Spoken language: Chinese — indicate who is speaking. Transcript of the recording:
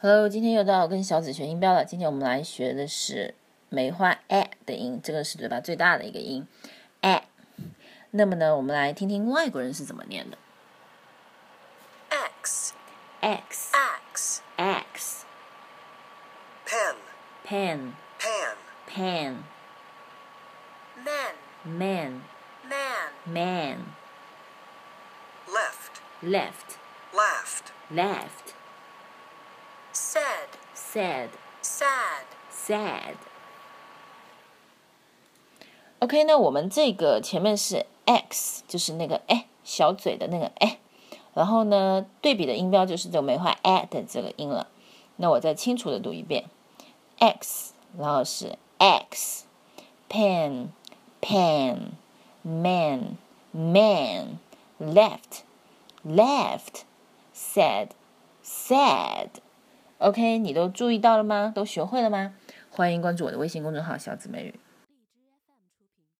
Speaker 1: Hello，今天又到跟小紫学音标了。今天我们来学的是梅花 a 的音，这个是嘴巴最大的一个音 a。那么呢，我们来听听外国人是怎么念的
Speaker 2: axe,
Speaker 1: x
Speaker 2: axe,
Speaker 1: x
Speaker 2: pen,
Speaker 1: pen
Speaker 2: pan,
Speaker 1: pen
Speaker 2: man,
Speaker 1: man
Speaker 2: man,
Speaker 1: man
Speaker 2: left,
Speaker 1: left
Speaker 2: laughed,
Speaker 1: left
Speaker 2: said,
Speaker 1: said
Speaker 2: sad,
Speaker 1: sad。OK，那我们这个前面是 x，就是那个哎小嘴的那个哎，然后呢对比的音标就是这个梅花 a 的这个音了。那我再清楚的读一遍，x，然后是 x，pen pen man man left left said said。OK，你都注意到了吗？都学会了吗？欢迎关注我的微信公众号“小紫美语”。